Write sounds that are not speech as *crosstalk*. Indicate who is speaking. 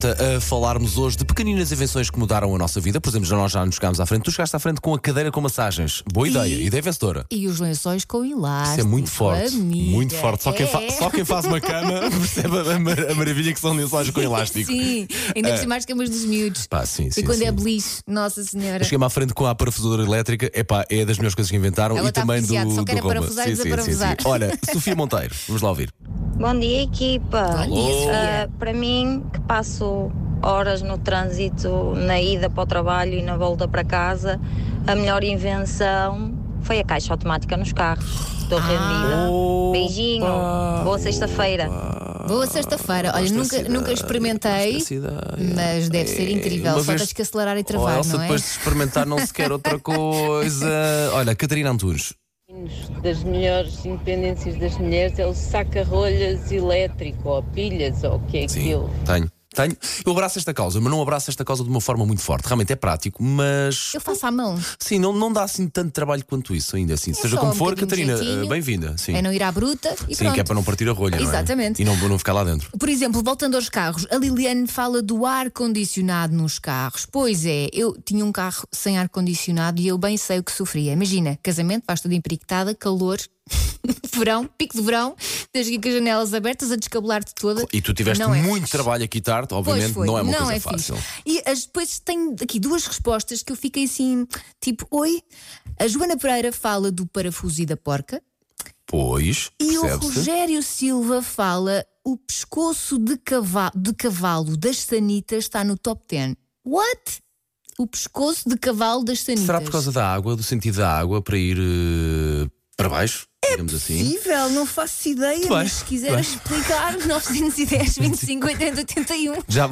Speaker 1: volta a falarmos hoje de pequeninas invenções que mudaram a nossa vida. Por exemplo, já nós já nos chegámos à frente. Tu chegaste à frente com a cadeira com massagens. Boa
Speaker 2: E-
Speaker 1: ideia. Ideia vencedora.
Speaker 2: E os lençóis com
Speaker 1: Isso
Speaker 2: elástico.
Speaker 1: é muito forte.
Speaker 2: amiga,
Speaker 1: Muito forte. Só quem, fa-
Speaker 2: é.
Speaker 1: só quem faz uma
Speaker 2: *laughs*
Speaker 1: cama percebe a, mar- a maravilha que são lençóis com elástico.
Speaker 2: Sim, ainda por cima as camas dos miúdos.
Speaker 1: Pá, sim, sim,
Speaker 2: e quando
Speaker 1: sim.
Speaker 2: é beliche, Nossa Senhora.
Speaker 1: Cheguei-me à frente com a parafusadora elétrica, epá, é das melhores coisas que inventaram
Speaker 2: Ela
Speaker 1: e
Speaker 2: tá
Speaker 1: também do,
Speaker 2: viciada, só
Speaker 1: do
Speaker 2: quer é
Speaker 1: Roma.
Speaker 2: parafusar
Speaker 1: Sim,
Speaker 2: e
Speaker 1: sim, sim,
Speaker 2: desaparafusar.
Speaker 1: sim. Olha, Sofia Monteiro, vamos lá ouvir.
Speaker 3: Bom dia, equipa.
Speaker 2: Bom dia,
Speaker 1: Alô?
Speaker 2: Sofia.
Speaker 3: Ah, para mim, que passo horas no trânsito, na ida para o trabalho e na volta para casa, a melhor invenção foi a caixa automática nos carros. Estou rendida. Beijinho. Boa sexta-feira.
Speaker 2: Boa sexta-feira.
Speaker 1: Gosto
Speaker 2: Olha,
Speaker 1: assim da
Speaker 2: nunca,
Speaker 1: cidade,
Speaker 2: nunca experimentei,
Speaker 1: gosto da cidade.
Speaker 2: mas deve ser
Speaker 1: É,
Speaker 2: incrível.
Speaker 1: uma
Speaker 2: Só
Speaker 1: vez-
Speaker 2: tens que acelerar e
Speaker 1: Ou
Speaker 2: travar,
Speaker 1: Elsa,
Speaker 2: não é?
Speaker 1: depois de experimentar não se quer
Speaker 2: *laughs*
Speaker 1: outra coisa. Olha, Catarina Antunes.
Speaker 4: das melhores independências das mulheres é o saca-rolhas elétrico, ou pilhas, ou o que é aquilo.
Speaker 1: Tenho. Tenho. Eu abraço esta causa, mas não abraço esta causa de uma forma muito forte. Realmente é prático, mas.
Speaker 2: Eu faço à mão.
Speaker 1: Sim, não, não dá assim tanto trabalho quanto isso ainda assim. Seja
Speaker 2: só
Speaker 1: como
Speaker 2: um
Speaker 1: for,
Speaker 2: bocadinho de
Speaker 1: Catarina,
Speaker 2: jeitinho.
Speaker 1: eh, bem-vinda. Sim.
Speaker 2: É não ir à bruta e
Speaker 1: Sim,
Speaker 2: pronto.
Speaker 1: que é para não partir a rolha, não é?
Speaker 2: Exatamente.
Speaker 1: E não, não ficar lá dentro.
Speaker 2: Por exemplo, voltando aos carros, a Liliane fala do ar-condicionado nos carros. Pois é, eu tinha um carro sem ar-condicionado e eu bem sei o que sofria. Imagina, casamento, vais tudo empriquetada, calor, *laughs* verão, pico de verão, tens aqui com as janelas abertas a descabelar-te toda.
Speaker 1: E tu tiveste
Speaker 2: Não é
Speaker 1: muito
Speaker 2: fixe.
Speaker 1: trabalho aqui tarde,
Speaker 2: Pois
Speaker 1: obviamente,
Speaker 2: foi,
Speaker 1: não é uma
Speaker 2: não
Speaker 1: coisa
Speaker 2: é
Speaker 1: fácil.
Speaker 2: Fixe. E as- depois tenho aqui duas respostas que eu fiquei assim, tipo, oi. A Joana Pereira fala do parafuso e da porca.
Speaker 1: Pois,
Speaker 2: E o
Speaker 1: percebe-se.
Speaker 2: Rogério Silva fala: o pescoço de cavalo, de cavalo das sanitas está no top 10. What? O pescoço de cavalo das sanitas.
Speaker 1: Será por causa da água, do sentido da água, para ir eh, para baixo, digamos assim?
Speaker 2: É Possível, não faço ideia,
Speaker 1: bem,
Speaker 2: *laughs* mas se quiser
Speaker 1: bem.
Speaker 2: explicar, 910, 25, 80, 81.
Speaker 1: Já